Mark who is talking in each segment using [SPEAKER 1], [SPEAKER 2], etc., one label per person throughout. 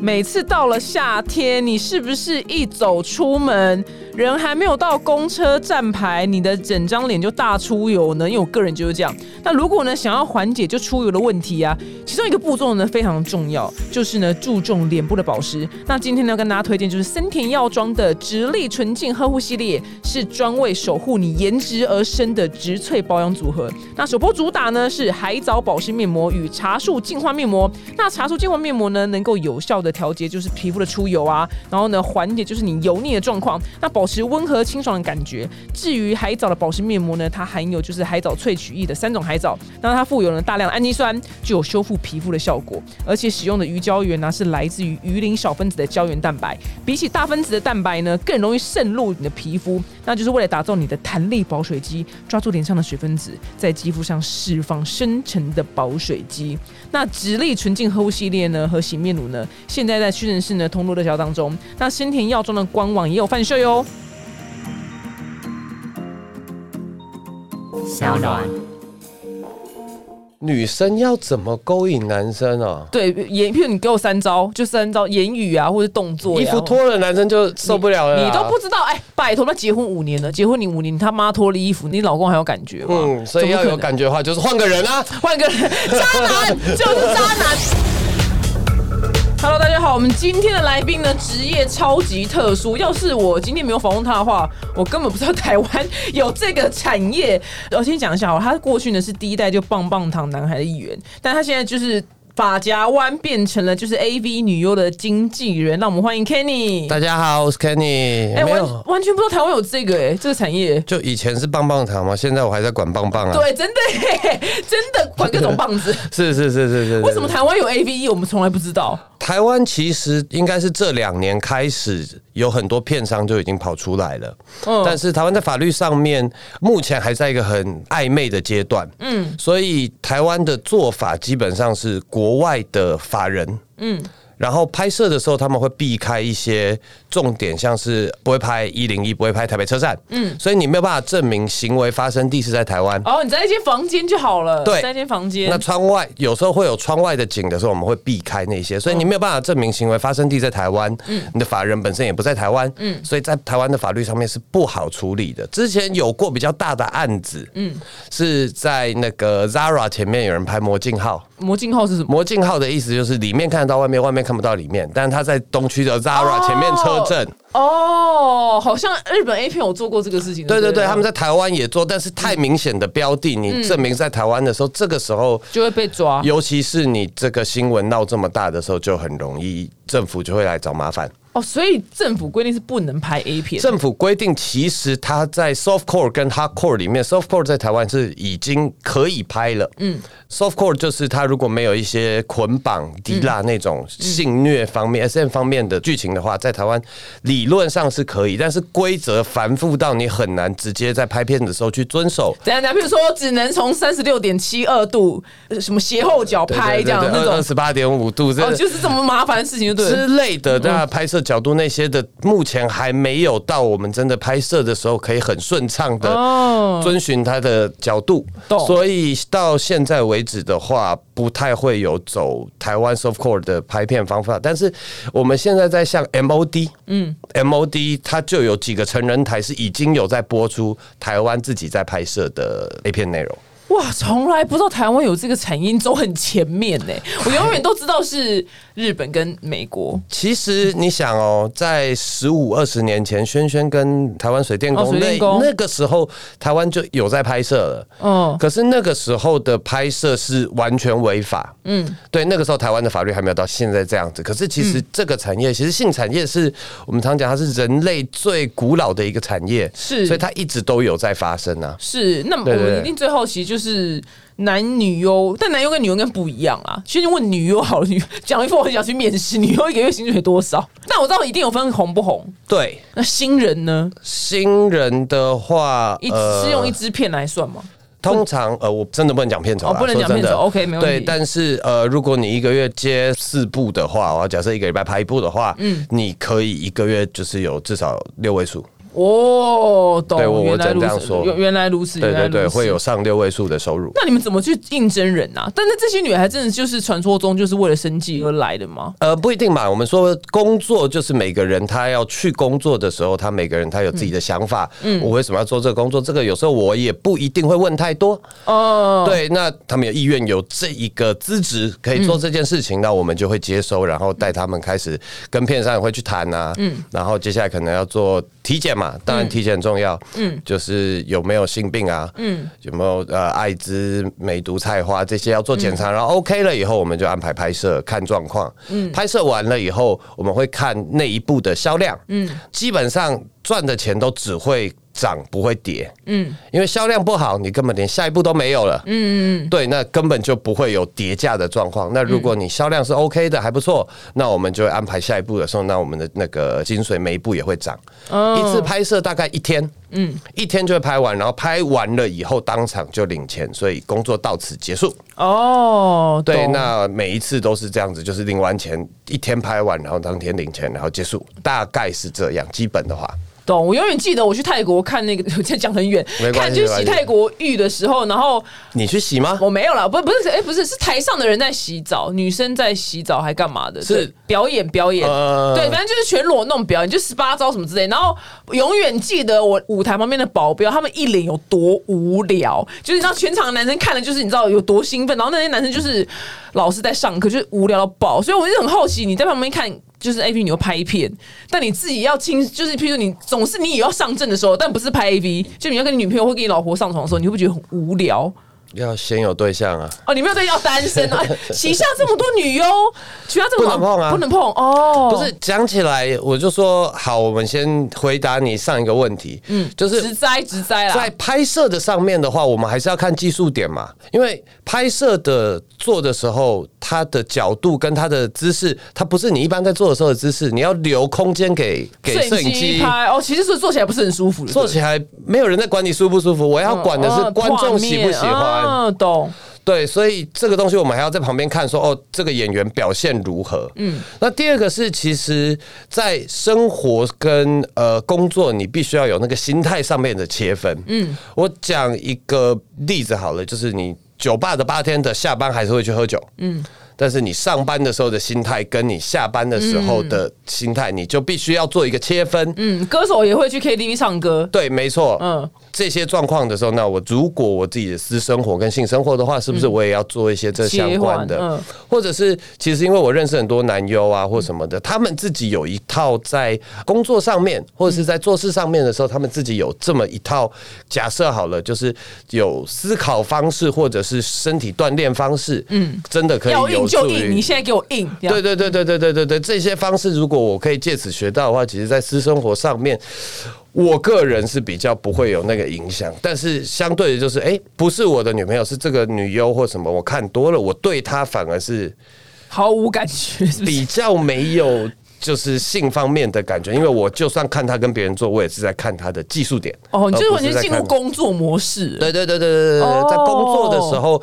[SPEAKER 1] 每次到了夏天，你是不是一走出门，人还没有到公车站牌，你的整张脸就大出油呢？因为我个人就是这样。那如果呢，想要缓解就出油的问题啊，其中一个步骤呢非常重要，就是呢注重脸部的保湿。那今天呢，跟大家推荐就是森田药妆的直立纯净呵护系列，是专为守护你颜值而生的植萃保养组合。那首波主打呢是海藻保湿面膜与茶树净化面膜。那茶树净化面膜呢，能够有效的调节就是皮肤的出油啊，然后呢缓解就是你油腻的状况，那保持温和清爽的感觉。至于海藻的保湿面膜呢，它含有就是海藻萃取液的三种海藻，那它富有了大量的氨基酸，具有修复皮肤的效果。而且使用的鱼胶原呢、是来自于鱼鳞小分子的胶原蛋白，比起大分子的蛋白呢，更容易渗入你的皮肤，那就是为了打造你的弹力保水肌，抓住脸上的水分子，在肌肤上释放深层的保水肌。那直立纯净呵护系列呢和洗面乳呢，现在在屈臣氏呢同罗的桥当中，那森田药妆的官网也有贩售哟。
[SPEAKER 2] 小暖，
[SPEAKER 3] 女生要怎么勾引男生啊？
[SPEAKER 1] 对，言，譬如你给我三招，就三招言语啊，或者动作
[SPEAKER 3] 衣
[SPEAKER 1] 呀、
[SPEAKER 3] 服脱了，男生就受不了了啦
[SPEAKER 1] 你都不知道，哎、拜托，那结婚五年了，结婚你五年，你他妈脱了衣服，你老公还有感觉吗？
[SPEAKER 3] 嗯，所以
[SPEAKER 1] 怎么
[SPEAKER 3] 要
[SPEAKER 1] 可
[SPEAKER 3] 有
[SPEAKER 1] 能
[SPEAKER 3] 感觉的话，就是换个人啊。
[SPEAKER 1] 换个人，渣男就是渣男。Hello，大家好，我们今天的来宾呢，职业超级特殊。要是我今天没有访问他的话，我根本不知道台湾有这个产业。我先讲一下哦，他过去呢是第一代就棒棒糖男孩的一员，但他现在就是。法夹湾变成了就是 A V 女优的经纪人，让我们欢迎 Kenny。
[SPEAKER 3] 大家好，我是 Kenny。
[SPEAKER 1] 哎、
[SPEAKER 3] 没
[SPEAKER 1] 完
[SPEAKER 3] 有，
[SPEAKER 1] 完全不知道台湾有这个哎、这个产业。
[SPEAKER 3] 就以前是棒棒糖嘛，现在我还在管棒棒啊。，
[SPEAKER 1] 对，真的、耶，真 的管各种棒子。
[SPEAKER 3] 是是是是是。
[SPEAKER 1] 为什么
[SPEAKER 3] 是
[SPEAKER 1] 台湾有 A V E，我们从来不知道？
[SPEAKER 3] 台湾其实应该是这两年开始有很多片商就已经跑出来了，
[SPEAKER 1] 嗯
[SPEAKER 3] 但是台湾在法律上面目前还在一个很暧昧的阶段，嗯，所以台湾的做法基本上是国外的法人，嗯。然后拍摄的时候，他们会避开一些重点，像是不会拍一零一，不会拍台北车站，嗯，所以你没有办法证明行为发生地是在台湾，
[SPEAKER 1] 哦，你在一间房间就好了，
[SPEAKER 3] 对
[SPEAKER 1] 在一间房间
[SPEAKER 3] 那。窗外有时候会有窗外的景的时候，我们会避开那些，所以你没有办法证明行为发生地在台湾，你的法人本身也不在台湾，所以在台湾的法律上面是不好处理的。之前有过比较大的案子，是在那个 Zara 前面有人拍魔镜号，
[SPEAKER 1] 魔镜号是什么？
[SPEAKER 3] 魔镜号的意思就是里面看得到外面，外面看不到里面，但是他在东区的 Zara 前面车阵，
[SPEAKER 1] 哦，好像日本 A 片有做过这个事情。
[SPEAKER 3] 对对
[SPEAKER 1] 不
[SPEAKER 3] 对，嗯他们在台湾也做，但是太明显的标的，你证明在台湾的时候，这个时候
[SPEAKER 1] 就会被抓。
[SPEAKER 3] 尤其是你这个新闻闹这么大的时候，就很容易政府就会来找麻烦。
[SPEAKER 1] 哦，所以政府规定是不能拍 A 片。
[SPEAKER 3] 政府规定，其实它在 softcore 跟 hardcore 里面，softcore 在台湾是已经可以拍了。嗯，softcore 就是它如果没有一些捆绑、低辣那种性虐方
[SPEAKER 1] 嗯
[SPEAKER 3] 面、SM 方面的剧情的话，在台湾理论上是可以，但是规则繁复到你很难直接在拍片的时候去遵守。
[SPEAKER 1] 怎样讲？比如说，只能从三十六点七二度呃什么斜后角拍这样那
[SPEAKER 3] 二
[SPEAKER 1] 种，
[SPEAKER 3] 十八点五度，这
[SPEAKER 1] 哦，就是这么麻烦的事情，就对了。
[SPEAKER 3] 之类的，那拍摄角度那些的，目前还没有到我们真的拍摄的时候可以很顺畅的
[SPEAKER 1] 哦
[SPEAKER 3] 遵循它的角度
[SPEAKER 1] 懂，
[SPEAKER 3] 所以到现在为止的话，不太会有走台湾 softcore 的拍片方法。但是我们现在在像 MOD，嗯，MOD 它就有几个成人台是已经有在播出台湾自己在拍摄的 A 片内容。
[SPEAKER 1] 哇，从来不知道台湾有这个产业，你走很前面呢。我永远都知道是日本跟美国。
[SPEAKER 3] 其实你想哦，在十五二十年前，轩轩跟台湾水电工,、
[SPEAKER 1] 哦水电工
[SPEAKER 3] 那那个时候，台湾就有在拍摄了。
[SPEAKER 1] 嗯
[SPEAKER 3] 可是那个时候的拍摄是完全违法。嗯，对，那个时候台湾的法律还没有到现在这样子。可是其
[SPEAKER 1] 嗯
[SPEAKER 3] 实这个产业，其实性产业是我们常讲它是人类最古老的一个产业，
[SPEAKER 1] 是
[SPEAKER 3] 所以它一直都有在发生啊。
[SPEAKER 1] 是，那么
[SPEAKER 3] 对对对
[SPEAKER 1] 我一定最好奇就是男女优，但男优跟女优应该不一样啊。先问女优好了，女讲一副我很想去面试，女优一个月薪水多少？但我知道一定有分红不红。
[SPEAKER 3] 对，
[SPEAKER 1] 那新人呢？
[SPEAKER 3] 新人的话，
[SPEAKER 1] 一
[SPEAKER 3] 呃
[SPEAKER 1] 是用一支片来算吗？
[SPEAKER 3] 通常呃，我真的不能讲片酬啦、
[SPEAKER 1] 哦不能讲
[SPEAKER 3] 说真的
[SPEAKER 1] 片酬，OK，没问题
[SPEAKER 3] 对，但是呃，如果你一个月接四部哦的话，我假设一个礼拜拍一部的话，嗯，你可以一个月就是有至少六位数。
[SPEAKER 1] 哦，懂，
[SPEAKER 3] 对我
[SPEAKER 1] 原来
[SPEAKER 3] 我只能
[SPEAKER 1] 如
[SPEAKER 3] 这样
[SPEAKER 1] 此，
[SPEAKER 3] 说
[SPEAKER 1] 原原来如此，
[SPEAKER 3] 对
[SPEAKER 1] 原来
[SPEAKER 3] 对对，
[SPEAKER 1] 如此
[SPEAKER 3] 会有上六位数的收入。
[SPEAKER 1] 那你们怎么去应征人啊？但是这些女孩真的就是传说中就是为了生计而来的吗？
[SPEAKER 3] 呃，不一定嘛。我们说工作就是每个人他要去工作的时候，他每个人他有自己的想法。嗯，我为什么要做这个工作？这个有时候我也不一定会问太多。
[SPEAKER 1] 哦，
[SPEAKER 3] 对，那他们有意愿有这一个资质可以做这件事情，那我们就会接收，然后带他们开始跟片商也会去谈啊，嗯，然后接下来可能要做体检嘛，当然体检很重要，嗯，就是有没有性病啊，嗯，有没有呃艾滋、梅毒、菜花这些要做检查，然后 OK 了以后，我们就安排拍摄看状况，嗯，拍摄完了以后，我们会看那一部的销量，嗯，基本上赚的钱都只会。涨不会跌，嗯，因为销量不好，你根本连下一步都没有了，对，那根本就不会有叠价的状况。那如
[SPEAKER 1] 嗯
[SPEAKER 3] 果你销量是 OK 的，还不错，那我们就会安排下一步的时候，那我们的那个薪水每一步也会涨。
[SPEAKER 1] 哦
[SPEAKER 3] 一次拍摄大概一天，嗯，一天就会拍完，然后拍完了以后当场就领钱，所以工作到此结束。
[SPEAKER 1] 哦，
[SPEAKER 3] 对，
[SPEAKER 1] 懂
[SPEAKER 3] 那每一次都是这样子，就是领完钱一天拍完，然后当天领钱，然后结束，大概是这样。基本的话，
[SPEAKER 1] 懂，我永远记得我去泰国看那个， 我在讲很远
[SPEAKER 3] 没，关
[SPEAKER 1] 看
[SPEAKER 3] 系
[SPEAKER 1] 去
[SPEAKER 3] 没关
[SPEAKER 1] 洗
[SPEAKER 3] 系
[SPEAKER 1] 泰国浴的时候，然后
[SPEAKER 3] 你去洗吗？
[SPEAKER 1] 我没有啦，不不是，哎、不是，是台上的人在洗澡，女生在洗澡还干嘛的？
[SPEAKER 3] 是
[SPEAKER 1] 对表演表演，
[SPEAKER 3] 呃
[SPEAKER 1] 对，反正就是全裸弄表演，就十八招什么之类。然后永远记得我舞台旁边的保镖，他们一脸有多无聊，就是你知道全场的男生看了就是你知道有多兴奋，然后那些男生就是老师在上课，就是无聊到爆，所以我就很好奇你在旁边看。就是 A P 你又拍片，但你自己要亲，就是譬如你总是你也要上阵的时候，但不是拍 A V，就你要跟你女朋友或跟你老婆上床的时候，你会不会觉得很无聊？
[SPEAKER 3] 要先有对象啊。
[SPEAKER 1] 哦，你没有对要单身 啊？哎旗下这么多女优，旗下这么多
[SPEAKER 3] 不能碰啊
[SPEAKER 1] 不能碰哦，
[SPEAKER 3] 不是讲起来，我就说好，我们先回答你上一个问题，嗯，就是
[SPEAKER 1] 直栽直栽啦，
[SPEAKER 3] 在拍摄的上面的话，我们还是要看技术点嘛，因为拍摄的做的时候，它的角度跟它的姿势，它不是你一般在做的时候的姿势，你要留空间给给摄影机。
[SPEAKER 1] 拍哦，其实是做起来不是很舒服的，
[SPEAKER 3] 做起来没有人在管你舒不舒服，我要管的是观众喜不喜欢。
[SPEAKER 1] 嗯，哦懂
[SPEAKER 3] 对，所以这个东西我们还要在旁边看说，哦，这个演员表现如何。嗯，那第二个是，其实，在生活跟呃工作，你必须要有那个心态上面的切分。嗯，我讲一个例子好了，就是你酒吧的八天的下班还是会去喝酒。嗯。但是你上班的时候的心态，跟你下班的时候的心态，你就必须要做一个切分。
[SPEAKER 1] 嗯，歌手也会去 KTV 唱歌，
[SPEAKER 3] 对，没错，
[SPEAKER 1] 嗯
[SPEAKER 3] 嗯，这些状况的时候，那我如果我自己的私生活跟性生活的话，是不是我也要做一些这相关的？
[SPEAKER 1] 切换嗯
[SPEAKER 3] 或者是其实因为我认识很多男优啊或什么的，他们自己有一套在工作上面或者是在做事上面的时候，他们自己有这么一套假设好了，就是有思考方式或者是身体锻炼方式，嗯，真的可以
[SPEAKER 1] 要硬
[SPEAKER 3] 有
[SPEAKER 1] 就
[SPEAKER 3] 助
[SPEAKER 1] 硬，
[SPEAKER 3] 于
[SPEAKER 1] 你现在给我硬，这样
[SPEAKER 3] 对对对对对对对对，这些方式如果我可以借此学到的话，其实在私生活上面，我个人是比较不会有那个影响。但是相对的，就是哎、诶不是我的女朋友，是这个女优或什么，我看多了，我对她反而是
[SPEAKER 1] 毫无感 觉，是不是
[SPEAKER 3] 比较没有。就是性方面的感觉，因为我就算看她跟别人做，我也是在看她的技术点。
[SPEAKER 1] 哦，你就是
[SPEAKER 3] 而
[SPEAKER 1] 完
[SPEAKER 3] 呃不
[SPEAKER 1] 全
[SPEAKER 3] 在
[SPEAKER 1] 进
[SPEAKER 3] 看
[SPEAKER 1] 入工作模式了，
[SPEAKER 3] 对对对对对对
[SPEAKER 1] 哦
[SPEAKER 3] 对，在工作的时候，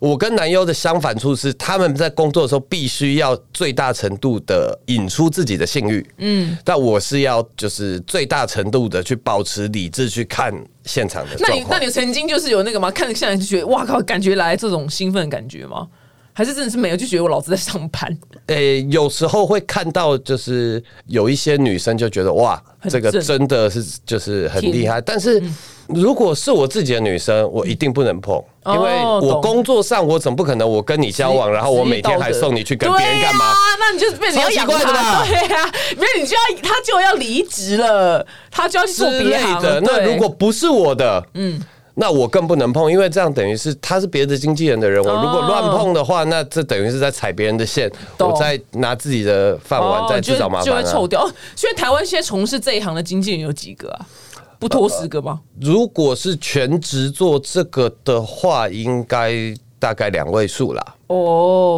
[SPEAKER 3] 我跟男优的相反处是，他们在工作的时候必须要最大程度的引出自己的性欲，嗯，但我是要就是最大程度的去保持理智去看现场的
[SPEAKER 1] 那
[SPEAKER 3] 状
[SPEAKER 1] 你那
[SPEAKER 3] 况。
[SPEAKER 1] 你曾经就是有那个吗？看下来就觉得哇靠，感觉来这种兴奋的感觉吗？还是真的是没有，就觉得我老子在上班，
[SPEAKER 3] 呃、有时候会看到就是有一些女生就觉得哇，
[SPEAKER 1] 很
[SPEAKER 3] 这个
[SPEAKER 1] 正嗯
[SPEAKER 3] 真的是就是很厉害，但是。如果是我自己的女生，我一定不能碰，
[SPEAKER 1] 哦
[SPEAKER 3] 因为我
[SPEAKER 1] 懂
[SPEAKER 3] 工作上我总不可能我跟你交往，然后我每天还送你去跟别人干嘛？
[SPEAKER 1] 对啊、那你就是被你要养
[SPEAKER 3] 超奇怪的
[SPEAKER 1] 他，
[SPEAKER 3] 吧
[SPEAKER 1] 对啊，没有你就要他就要离职了，他就要去
[SPEAKER 3] 之
[SPEAKER 1] 做别
[SPEAKER 3] 类
[SPEAKER 1] 行了。。
[SPEAKER 3] 的那
[SPEAKER 1] 对
[SPEAKER 3] 如果不是我的，嗯。那我更不能碰，因为这样等于是他是别的经纪人的人，我如果乱碰的话，那这等于是在踩别人的线，
[SPEAKER 1] 哦懂
[SPEAKER 3] 我在拿自己的饭碗在
[SPEAKER 1] 就
[SPEAKER 3] 自找麻
[SPEAKER 1] 就
[SPEAKER 3] 烦
[SPEAKER 1] 会臭
[SPEAKER 3] 啊。
[SPEAKER 1] 掉。哦，所以台湾现在从事这一行的经纪人有几个啊？不脱十个吗？
[SPEAKER 3] 如果是全职做这个的话，应该大概两位数啦。
[SPEAKER 1] 哦，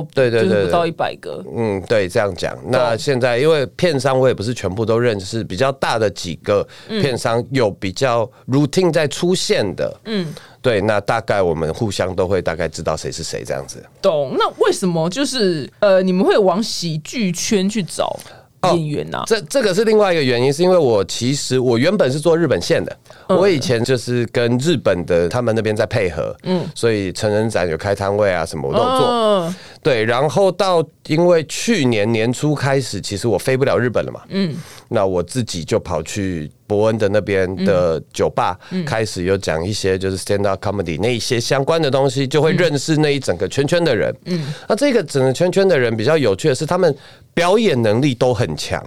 [SPEAKER 3] 呃对对对
[SPEAKER 1] 就是不
[SPEAKER 3] 对
[SPEAKER 1] 到一百个。
[SPEAKER 3] 嗯，对，这样讲。那现在因为片商我也不是全部都认识，比较大的几个片商有比较 routine 在出现的，嗯，对，那大概我们互相都会大概知道谁是谁这样子。
[SPEAKER 1] 懂？那为什么就是呃，你们会往喜剧圈去找？
[SPEAKER 3] 哦
[SPEAKER 1] 演员呐、
[SPEAKER 3] 这这个是另外一个原因，是因为我其实我原本是做日本线的，我以前就是跟日本的他们那边在配合，嗯，所以成人展有开摊位啊什么我都有做，
[SPEAKER 1] 嗯，
[SPEAKER 3] 对，然后到因为去年年初开始，其实我飞不了日本了嘛，嗯，那我自己就跑去伯恩的那边的酒吧，开始有讲一些就是 stand up comedy 那一些相关的东西，就会认识那一整个圈圈的人，嗯，那这个整个圈圈的人比较有趣的是，他们表演能力都很强，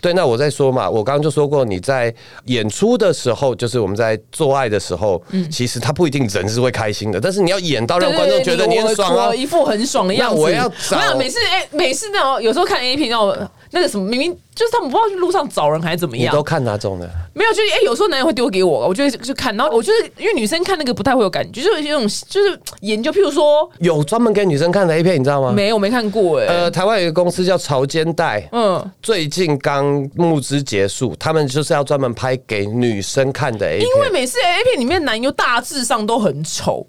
[SPEAKER 3] 对，那我在说嘛，我刚刚就说过，你在演出的时候，就是我们在做爱的时候，其实他不一定人是会开心的，但是你要演到让观众觉得你很爽啊
[SPEAKER 1] 我我。一副很爽的样子。
[SPEAKER 3] 那我要找
[SPEAKER 1] 没有每次哎、每次那种有时候看 A 片，那种那个什么，明明就是他们不知道去路上找人还是怎么
[SPEAKER 3] 你
[SPEAKER 1] 样
[SPEAKER 3] 都，看哪种呢？
[SPEAKER 1] 没有就是哎、有时候男人会丢给我，我就会去看，然后我就是因为女生看那个不太会有感觉，就是有一种就是研究，譬如说
[SPEAKER 3] 有专门给女生看的 A 片，你知道吗？
[SPEAKER 1] 没有没看过哎、
[SPEAKER 3] 嗯呃，台湾有一个公司叫潮间带，
[SPEAKER 1] 嗯，
[SPEAKER 3] 最近刚募资结束，他们就是要专门拍给女生看的 A
[SPEAKER 1] 因为
[SPEAKER 3] 片。
[SPEAKER 1] 每次 A 片里面男优大致上都很丑，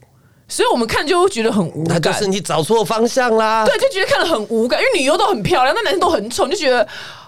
[SPEAKER 1] 所以我们看就会觉得很无
[SPEAKER 3] 那
[SPEAKER 1] 感。
[SPEAKER 3] 就是你找错方向啦。
[SPEAKER 1] 对，就觉得看了很无感，因为女优都很漂亮，那男生都很丑，你就觉得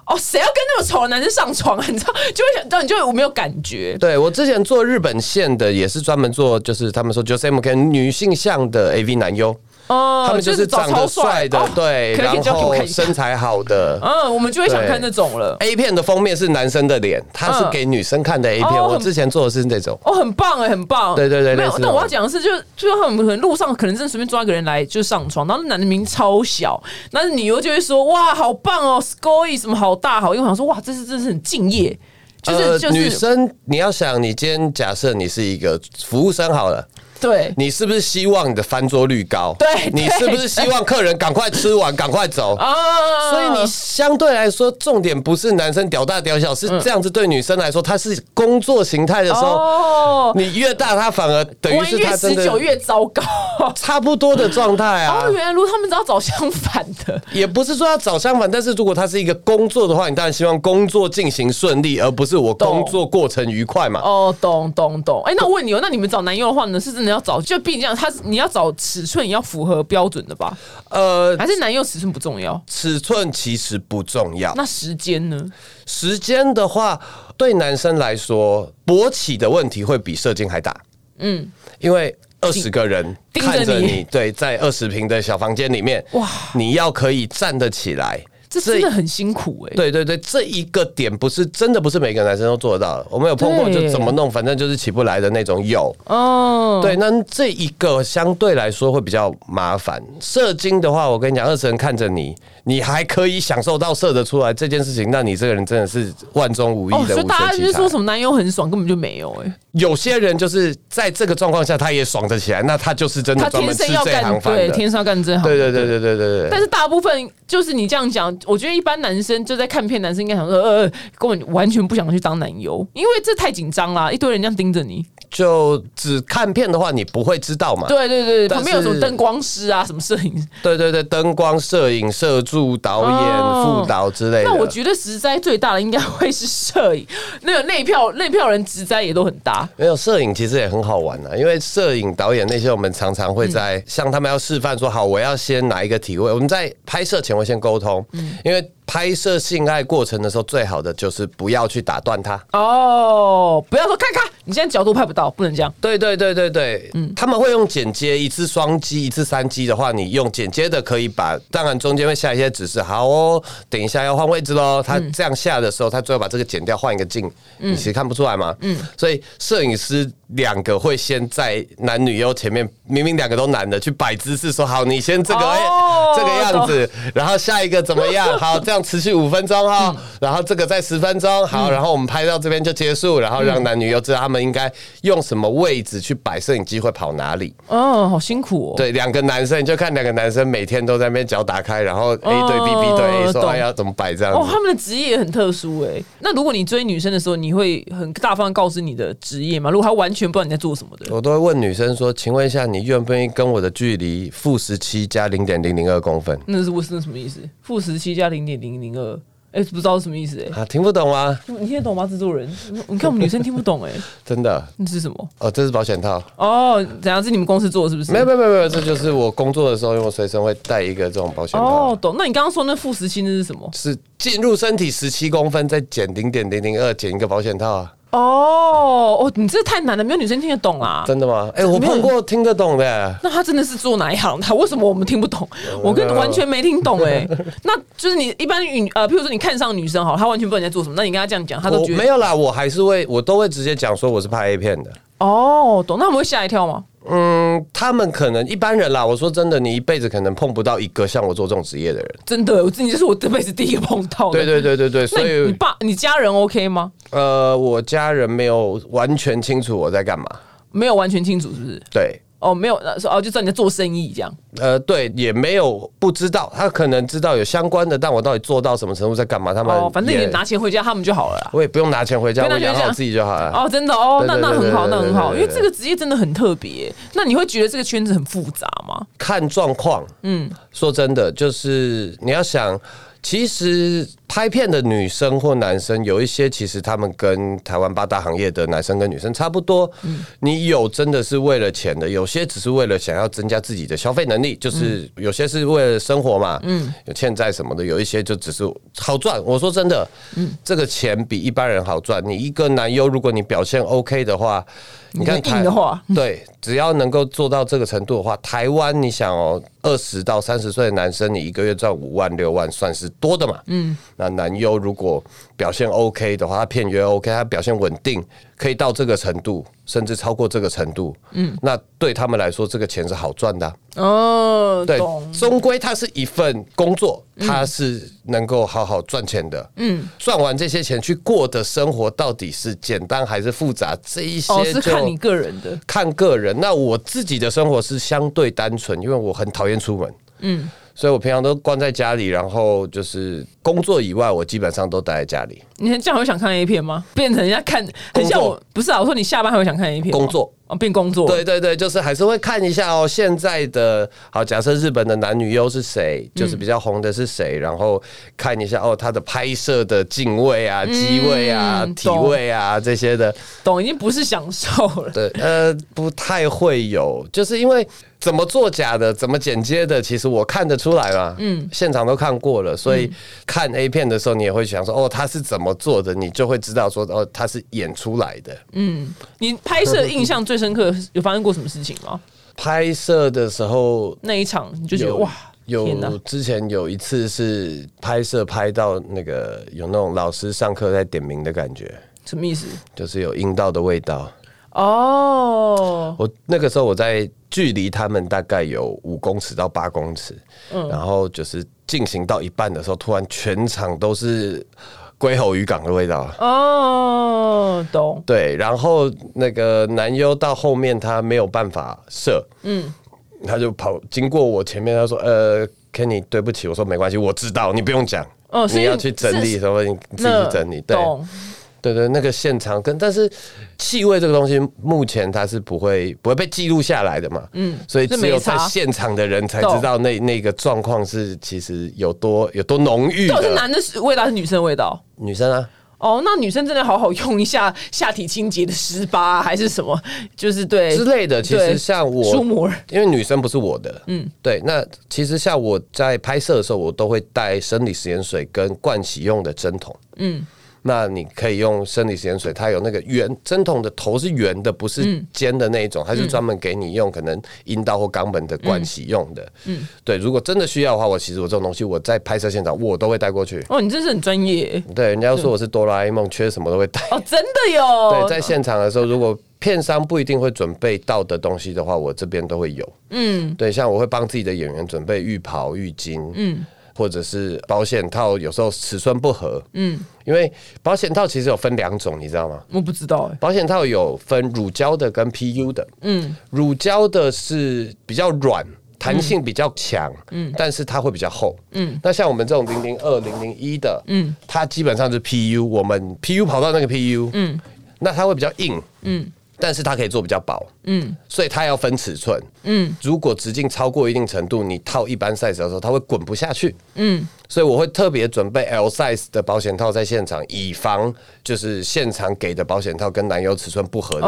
[SPEAKER 1] 哦，谁要跟那么丑的男生上床啊？ 你知道，就会想到你就会我没有感觉。
[SPEAKER 3] 对我之前做日本线的，也是专门做，就是他们说 Joseph K 女性向的 AV 男优，
[SPEAKER 1] 哦
[SPEAKER 3] 他们就是长得帅的，对，
[SPEAKER 1] 可以可以
[SPEAKER 3] 然
[SPEAKER 1] 交给我
[SPEAKER 3] 后
[SPEAKER 1] 看一下
[SPEAKER 3] 身。材好的。
[SPEAKER 1] 嗯，我们就会想
[SPEAKER 3] 对
[SPEAKER 1] 看那种了。
[SPEAKER 3] A 片的封面是男生的脸，它是
[SPEAKER 1] 嗯
[SPEAKER 3] 给女生看的 A 片。
[SPEAKER 1] 哦
[SPEAKER 3] 我
[SPEAKER 1] 很
[SPEAKER 3] 之前做的是那种，
[SPEAKER 1] 哦，很棒哎，很棒。
[SPEAKER 3] 对对对
[SPEAKER 1] 没
[SPEAKER 3] 类
[SPEAKER 1] 有
[SPEAKER 3] 似。那
[SPEAKER 1] 但
[SPEAKER 3] 种
[SPEAKER 1] 我要讲的是，就是就是他们可能路上可能真的随便抓个人来就上床，然后那男的名超小，但是女优就会说哇，好棒哦 s c o y 什么好大好，因为我想说哇，这是这是很敬业，就是、
[SPEAKER 3] 呃
[SPEAKER 1] 就
[SPEAKER 3] 女
[SPEAKER 1] 是
[SPEAKER 3] 生，你要想，你今天假设你是一个服务生好了，
[SPEAKER 1] 对
[SPEAKER 3] 你是不是希望你的翻桌率高？
[SPEAKER 1] 对
[SPEAKER 3] 你
[SPEAKER 1] 对
[SPEAKER 3] 是不是希望客人赶快吃完，赶快 走？
[SPEAKER 1] 啊，
[SPEAKER 3] 所以你相对来说，重点不是男生屌大屌小，是这样子。对女生来说，她是工作形态的时候，
[SPEAKER 1] 哦，
[SPEAKER 3] 你越大，她反而等于
[SPEAKER 1] 万一
[SPEAKER 3] 是
[SPEAKER 1] 越
[SPEAKER 3] 她真
[SPEAKER 1] 持
[SPEAKER 3] 的
[SPEAKER 1] 久越糟 糕。
[SPEAKER 3] 差不多的状态啊。
[SPEAKER 1] 哦，原来如他们只要找相反的，
[SPEAKER 3] 也不是说要找相反，但是如果它是一个工作的话，你当然希望工作进行顺利，而不是我
[SPEAKER 1] 懂
[SPEAKER 3] 工作过程愉快嘛。
[SPEAKER 1] 哦，懂懂懂。哎、那我问你哦，那你们找男优的话呢，是真的要找，就毕竟这样，他你要找尺寸也要符合标准的吧？
[SPEAKER 3] 呃，
[SPEAKER 1] 还是男优尺寸不重要？
[SPEAKER 3] 尺寸其实不重要，
[SPEAKER 1] 那时间呢？
[SPEAKER 3] 时间的话，对男生来说，勃起的问题会比射精还大。嗯，因为二十个人
[SPEAKER 1] 盯着
[SPEAKER 3] 看着
[SPEAKER 1] 你
[SPEAKER 3] 你，对，在二十平的小房间里面，
[SPEAKER 1] 哇
[SPEAKER 3] 哇，你要可以站得起来，
[SPEAKER 1] 这真的很辛苦哎、
[SPEAKER 3] 对对对，这一个点不是真的不是每个男生都做得到的。我们有碰过，
[SPEAKER 1] 对
[SPEAKER 3] 就怎么弄，反正就是起不来的那种有。
[SPEAKER 1] 哦，
[SPEAKER 3] 对，那这一个相对来说会比较麻烦。射精的话，我跟你讲，二十人看着你，你还可以享受到射得出来这件事情，那你这个人真的是万中无一
[SPEAKER 1] 哦，
[SPEAKER 3] 的
[SPEAKER 1] 所以
[SPEAKER 3] 无
[SPEAKER 1] 大家就
[SPEAKER 3] 缺
[SPEAKER 1] 是
[SPEAKER 3] 其
[SPEAKER 1] 说
[SPEAKER 3] 才。
[SPEAKER 1] 什么男优很爽，根本就没有哎、
[SPEAKER 3] 有些人就是在这个状况下，他也爽得起来，那他就是真
[SPEAKER 1] 他
[SPEAKER 3] 的专
[SPEAKER 1] 天
[SPEAKER 3] 门吃
[SPEAKER 1] 生要
[SPEAKER 3] 这
[SPEAKER 1] 干
[SPEAKER 3] 行饭
[SPEAKER 1] 对，
[SPEAKER 3] 的。
[SPEAKER 1] 天生要干这行。
[SPEAKER 3] 对对对对对对
[SPEAKER 1] 但
[SPEAKER 3] 对。
[SPEAKER 1] 是大部分就是你这样讲，我觉得一般男生就在看片，男生应该想说，呃，呃根本完全不想去当男优，因为这太紧张啦，一堆人这样盯着你。
[SPEAKER 3] 就只看片的话，你不会知道嘛。
[SPEAKER 1] 对对对，
[SPEAKER 3] 但
[SPEAKER 1] 旁边有什么
[SPEAKER 3] 是
[SPEAKER 1] 灯光师啊，什么摄影师。
[SPEAKER 3] 对对对，灯光、摄影、摄助、导
[SPEAKER 1] 哦
[SPEAKER 3] 演、副导之类的。
[SPEAKER 1] 那我觉得实在最大的应该会是摄影，那个那一票那一票人职灾也都很大。
[SPEAKER 3] 没有摄影其实也很好玩啊，因为摄影导演那些我们常常会在、像他们要示范说好，我要先哪一个体位，我们在拍摄前会先沟通，因为拍摄性爱过程的时候，最好的就是不要去打断它。
[SPEAKER 1] 哦，不要说看看，你现在角度拍不到，不能这样。
[SPEAKER 3] 对对对对对，他们会用剪接，一次双击，一次三击的话，你用剪接的可以把，当然中间会下一些指示，好哦，等一下要换位置喽。他这样下的时候，他最后把这个剪掉，换一个镜，你其实看不出来嘛。嗯，所以摄影师两个会先在男女优前面，明明两个都男的，去摆姿势说好，你先这个、哎
[SPEAKER 1] 哦
[SPEAKER 3] 这个样子，然后下一个怎么 样？好，这样持续五分钟哦，然后这个再十分钟，
[SPEAKER 1] 嗯
[SPEAKER 3] 好，然后我们拍到这边就结束，然后让男女优知道他们应该用什么位置去摆摄影机会跑哪里。
[SPEAKER 1] 哦，好辛苦哦。
[SPEAKER 3] 对，两个男生你就看两个男生每天都在那边脚打开，然后
[SPEAKER 1] 哦
[SPEAKER 3] A 对 B B 对 A 说
[SPEAKER 1] 懂
[SPEAKER 3] 哎要怎么摆这样
[SPEAKER 1] 哦，
[SPEAKER 3] 子。
[SPEAKER 1] 他们的职业也很特殊哎、那如果你追女生的时候，你会很大方地告知你的职业吗？如果她完全不知道你在做什么的，
[SPEAKER 3] 我都会问女生说：“请问一下，你愿不愿意跟我的距离负十七加零点零零二公分？”
[SPEAKER 1] 那是我是那什么意思？负十七加零点零零二，哎，哎、不知道是什么意思哎、
[SPEAKER 3] 啊，听不懂吗？
[SPEAKER 1] 你听得懂吗？制作人，你看我们女生听不懂哎、
[SPEAKER 3] 真的
[SPEAKER 1] 那是什么？
[SPEAKER 3] 哦，这是保险套。
[SPEAKER 1] 哦，怎样？是你们公司做的是不是？
[SPEAKER 3] 没有没有没有没有，这就是我工作的时候，因为我随身会带一个这种保险套。
[SPEAKER 1] 哦，懂。那你刚刚说那副时期那是什 么？
[SPEAKER 3] 是进入身体十七公分，再减零点零零二，减一个保险套啊？
[SPEAKER 1] 哦哦，你这太难了，没有女生听得懂啊。
[SPEAKER 3] 真的吗？哎、我碰过听得懂的，
[SPEAKER 1] 那他真的是做哪一行？他为什么我们听不懂？我跟完全没听懂哎、 那就是你一般女呃，譬如说你看上女生好了，她完全不知道你在做什么，那你跟她这样讲，她都
[SPEAKER 3] 我
[SPEAKER 1] 觉
[SPEAKER 3] 没
[SPEAKER 1] 得
[SPEAKER 3] 有啦，我还是会，我都会直接讲说我是拍 A 片的。
[SPEAKER 1] 哦，懂。那他们会吓一跳吗？
[SPEAKER 3] 嗯，他们可能一般人啦，我说真的，你一辈子可能碰不到一个像我做这种职业的人。
[SPEAKER 1] 真的，我你就是我这辈子第一个碰到的。
[SPEAKER 3] 对对对对对，
[SPEAKER 1] 哦那
[SPEAKER 3] 所
[SPEAKER 1] 你你
[SPEAKER 3] 以
[SPEAKER 1] 爸你家人 OK 吗？
[SPEAKER 3] 呃，我家人没有完全清楚我在干嘛。
[SPEAKER 1] 没有完全清楚是不是？
[SPEAKER 3] 对，
[SPEAKER 1] 哦，没有，呃说哦，就知道你在做生意这样。
[SPEAKER 3] 呃，对，也没有不知道，他可能知道有相关的，但我到底做到什么程度，在干嘛，他们
[SPEAKER 1] 哦，反正你
[SPEAKER 3] 也
[SPEAKER 1] 拿钱回家，他们就好了啦。
[SPEAKER 3] 我也不用拿钱回家，
[SPEAKER 1] 不用
[SPEAKER 3] 我
[SPEAKER 1] 拿钱
[SPEAKER 3] 养
[SPEAKER 1] 回家
[SPEAKER 3] 好自己就好了。
[SPEAKER 1] 哦，真的哦，那
[SPEAKER 3] 对对
[SPEAKER 1] 那
[SPEAKER 3] 对
[SPEAKER 1] 很好，
[SPEAKER 3] 对
[SPEAKER 1] 那
[SPEAKER 3] 对
[SPEAKER 1] 很好，因
[SPEAKER 3] 对对
[SPEAKER 1] 为这个职业真的很特别。那你会觉得这个圈子很复杂吗？
[SPEAKER 3] 看状况，嗯，说真的，就是你要想，其实拍片的女生或男生有一些，其实他们跟台湾八大行业的男生跟女生差不多。你有真的是为了钱的，有些只是为了想要增加自己的消费能力，就是有些是为了生活嘛，嗯，有欠债什么的，有一些就只是好赚。我说真的，嗯，这个钱比一般人好赚。你一个男优，如果你表现 OK 的话，你看
[SPEAKER 1] 硬
[SPEAKER 3] 台
[SPEAKER 1] 的话，
[SPEAKER 3] 对，只要能够做到这个程度的话，台湾你想哦，二十到三十岁的男生，你一个月赚五万六万，算是多的嘛。嗯，那男优如果表现 OK 的话，他片约 OK，他表现稳定，可以到这个程度，甚至超过这个程度。嗯，那对他们来说，这个钱是好赚的啊、
[SPEAKER 1] 哦，
[SPEAKER 3] 对
[SPEAKER 1] 懂，。
[SPEAKER 3] 终归它是一份工作，它是能够好好赚钱的。嗯，赚完这些钱去过的生活，到底是简单还是复杂？这一些
[SPEAKER 1] 哦，是看
[SPEAKER 3] 就
[SPEAKER 1] 你个人的。
[SPEAKER 3] 看个人。那我自己的生活是相对单纯，因为我很讨厌出门。嗯，所以我平常都关在家里，然后就是工作以外，我基本上都待在家里
[SPEAKER 1] 你这样会想看 A 片吗？变成人家看，很像我
[SPEAKER 3] 工，
[SPEAKER 1] 不是啊？我说你下班还会想看 A 片吗？
[SPEAKER 3] 工作。
[SPEAKER 1] 哦，变工作。
[SPEAKER 3] 对对对，就是还是会看一下哦。现在的好，假设日本的男女优是谁，就是比较红的是谁，然后看一下哦，他的拍摄的敬位啊、机位啊、
[SPEAKER 1] 懂
[SPEAKER 3] 体位啊这些的，
[SPEAKER 1] 懂，已经不是享受了。
[SPEAKER 3] 对，呃，不太会有，就是因为怎么作假的、怎么剪接的，其实我看得出来嘛，嗯，现场都看过了，所
[SPEAKER 1] 嗯
[SPEAKER 3] 以看 A 片的时候，你也会想说，哦，他是怎么做的，你就会知道说，哦，他是演出来的。
[SPEAKER 1] 嗯你拍摄印象最深刻有发生过什么事情吗？
[SPEAKER 3] 拍摄的时候
[SPEAKER 1] 那一场你就觉得
[SPEAKER 3] 有
[SPEAKER 1] 哇，天哪
[SPEAKER 3] 有！之前有一次是拍摄拍到那个有那种老师上课在点名的感觉，
[SPEAKER 1] 什么意思？
[SPEAKER 3] 就是有阴道的味道。
[SPEAKER 1] 哦，
[SPEAKER 3] 我那个时候我在距离他们大概有五公尺到八公尺，
[SPEAKER 1] 嗯
[SPEAKER 3] 然后就是进行到一半的时候，突然全场都是龟吼渔港的味道。
[SPEAKER 1] 哦，懂。
[SPEAKER 3] 对，然后那个男优到后面他没有办法射，嗯，他就跑经过我前面，他说：“呃，Kenny，对不起。”我说：“没关系，我知道，你不用讲，
[SPEAKER 1] 哦所以
[SPEAKER 3] 你要去整理什么，你自己去整理。”对，
[SPEAKER 1] 懂。
[SPEAKER 3] 对对，那个现场跟但是气味这个东西，目前它是不会不会被记录下来的嘛，嗯，所以
[SPEAKER 1] 这
[SPEAKER 3] 只
[SPEAKER 1] 没
[SPEAKER 3] 有在
[SPEAKER 1] 差
[SPEAKER 3] 现场的人才知道那那个状况是其实有多有多浓郁
[SPEAKER 1] 到底是
[SPEAKER 3] 的。
[SPEAKER 1] 男的味道还是女生的味道？
[SPEAKER 3] 女生啊，
[SPEAKER 1] 哦，那女生真的好好用一下下体清洁的湿巴、还是什么，就是对
[SPEAKER 3] 之类的，其
[SPEAKER 1] 哎对
[SPEAKER 3] 实像我
[SPEAKER 1] 舒膜儿
[SPEAKER 3] 因为女生不是我的，嗯，对。那其实像我在拍摄的时候，我都会带生理食盐水跟盥洗用的针筒，嗯。那你可以用生理食盐水，它有那个圆针筒的头是圆的，不是尖的那一种，它是专门给你用可能阴道或肛门的盥洗用的。嗯，对，如果真的需要的话，我其实我这种东西我在拍摄现场我都会带过去。
[SPEAKER 1] 哦，你真是很专业
[SPEAKER 3] 对，人家都说我是哆啦 A 梦，缺什么都会带。
[SPEAKER 1] 哦，真的有。
[SPEAKER 3] 对，在现场的时候，如果片商不一定会准备到的东西的话，我这边都会有。嗯，对，像我会帮自己的演员准备浴袍、浴巾，嗯，或者是保险套，有时候尺寸不合，嗯，因为保险套其实有分两种，你知道吗？
[SPEAKER 1] 我不知道哎、
[SPEAKER 3] 保险套有分乳胶的跟 PU 的，嗯，乳胶的是比较软。弹性比较强，嗯，但是它会比较厚，嗯。那像我们这种零零二、零零一的，嗯，它基本上是 PU，我们 PU 跑到那个 PU，嗯，那它会比较硬，嗯，但是它可以做比较薄，嗯，所以它要分尺寸，嗯。如果直径超过一定程度，你套一般 size 的时候，它会滚不下去，嗯。所以我会特别准备 L size 的保险套在现场，以防就是现场给的保险套跟男优尺寸不合的时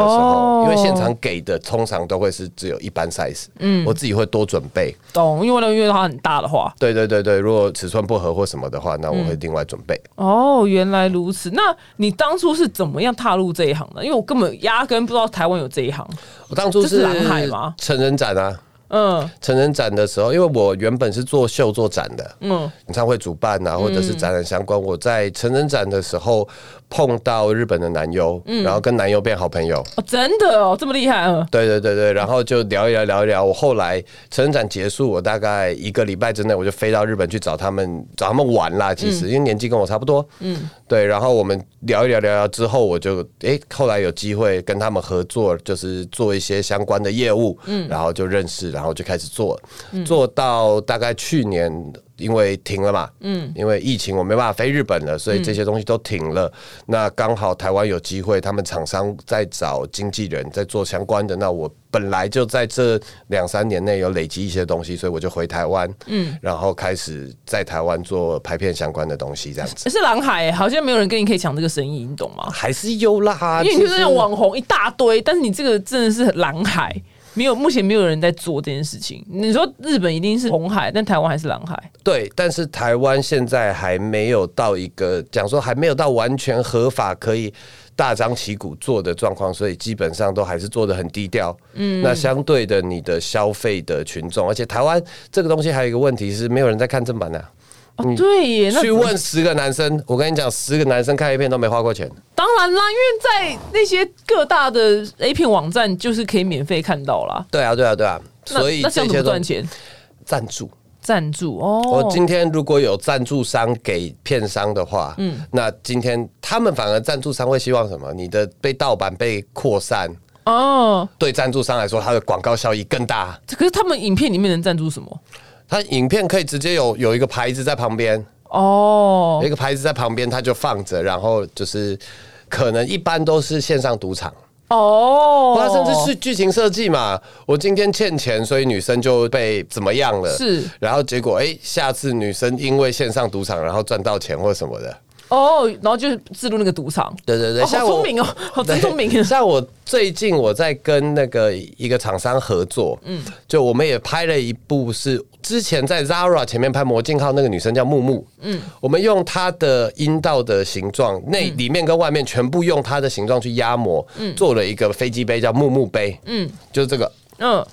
[SPEAKER 1] 哦
[SPEAKER 3] 候，因为现场给的通常都会是只有一般 size，嗯，我自己会多准备。
[SPEAKER 1] 懂，因为那个因为它很大的话，
[SPEAKER 3] 对对对对，如果尺寸不合或什么的话，那我会另外准备。
[SPEAKER 1] 哦，原来如此。那你当初是怎么样踏入这一行的？因为我根本压根不知道台湾有这一行。
[SPEAKER 3] 我当初
[SPEAKER 1] 这是蓝海吗
[SPEAKER 3] 成人展啊，
[SPEAKER 1] 嗯
[SPEAKER 3] 成人展的时候，因为我原本是做秀做展的，
[SPEAKER 1] 嗯，
[SPEAKER 3] 演唱会主办啊，或者是展览相关。我在成人展的时候碰到日本的男优，然后跟男优变好朋友。
[SPEAKER 1] 哦，真的哦，这么厉害，嗯，
[SPEAKER 3] 对对对对，然后就聊一聊聊一聊。我后来成人展结束，我大概一个礼拜之内，我就飞到日本去找他们，找他们玩啦。其实、因为年纪跟我差不多，嗯，对。然后我们聊一聊聊一聊之后，我就诶，后来有机会跟他们合作，就是做一些相关的业务，嗯，然后就认识，然后就开始做，做到大概去年。因为停了嘛，嗯，因为疫情我没办法飞日本了，所
[SPEAKER 1] 嗯
[SPEAKER 3] 以这些东西都停了。那刚好台湾有机会，他们厂商在找经纪人，在做相关的。那我本来就在这两三年内有累积一些东西，所以我就回台湾，嗯，然后开始在台湾做拍片相关的东西，这样 子
[SPEAKER 1] 是蓝海，好像没有人跟你可以抢这个生意，你懂吗？
[SPEAKER 3] 还是有啦，
[SPEAKER 1] 因为你就是
[SPEAKER 3] 其
[SPEAKER 1] 那
[SPEAKER 3] 实
[SPEAKER 1] 种网红一大堆，但是你这个真的是蓝海，没有目前没有人在做这件事情。你说日本一定是红海，但台湾还是蓝海。
[SPEAKER 3] 对，但是台湾现在还没有到一个讲说还没有到完全合法可以大张旗鼓做的状况，所以基本上都还是做的很低调。嗯，那相对的，你的消费的群众，而且台湾这个东西还有一个问题是，没有人在看正版的、啊。
[SPEAKER 1] 哦，对耶，那
[SPEAKER 3] 去问十个男生，我跟你讲，十个男生看一遍都没花过钱。
[SPEAKER 1] 当然啦，因为在那些各大的 A 片网站就是可以免费看到啦。
[SPEAKER 3] 对啊，对啊，对啊。
[SPEAKER 1] 那
[SPEAKER 3] 所以
[SPEAKER 1] 那这样
[SPEAKER 3] 这
[SPEAKER 1] 怎
[SPEAKER 3] 些
[SPEAKER 1] 么
[SPEAKER 3] 都
[SPEAKER 1] 赚钱？
[SPEAKER 3] 赞助。
[SPEAKER 1] 赞助哦，
[SPEAKER 3] 我今天如果有赞助商给片商的话，嗯，那今天他们反而赞助商会希望什么？你的被盗版被扩散，
[SPEAKER 1] 哦，
[SPEAKER 3] 对赞助商来说，它的广告效益更大。
[SPEAKER 1] 可是他们影片里面能赞助什么？
[SPEAKER 3] 它影片可以直接有有一个牌子在旁边，
[SPEAKER 1] 哦
[SPEAKER 3] 有一个牌子在旁边，它就放着，然后就是可能一般都是线上赌场，
[SPEAKER 1] 哦，
[SPEAKER 3] 它甚至是剧情设计嘛。我今天欠钱，所以女生就被怎么样了？
[SPEAKER 1] 是
[SPEAKER 3] 然后结果哎、下次女生因为线上赌场，然后赚到钱或什么的。
[SPEAKER 1] 哦，然后就是置入那个赌场。
[SPEAKER 3] 对对对，
[SPEAKER 1] 哦好
[SPEAKER 3] 我
[SPEAKER 1] 聪明哦，好真
[SPEAKER 3] 对
[SPEAKER 1] 聪明。
[SPEAKER 3] 像我最近我在跟那个一个厂商合作，嗯，就我们也拍了一部是之前在 Zara 前面拍《魔镜号》那个女生叫木木，嗯，我们用她的阴道的形状，
[SPEAKER 1] 嗯
[SPEAKER 3] 内里面跟外面全部用她的形状去压模，做了一个飞机杯叫木木杯，嗯，就是这个，
[SPEAKER 1] 嗯，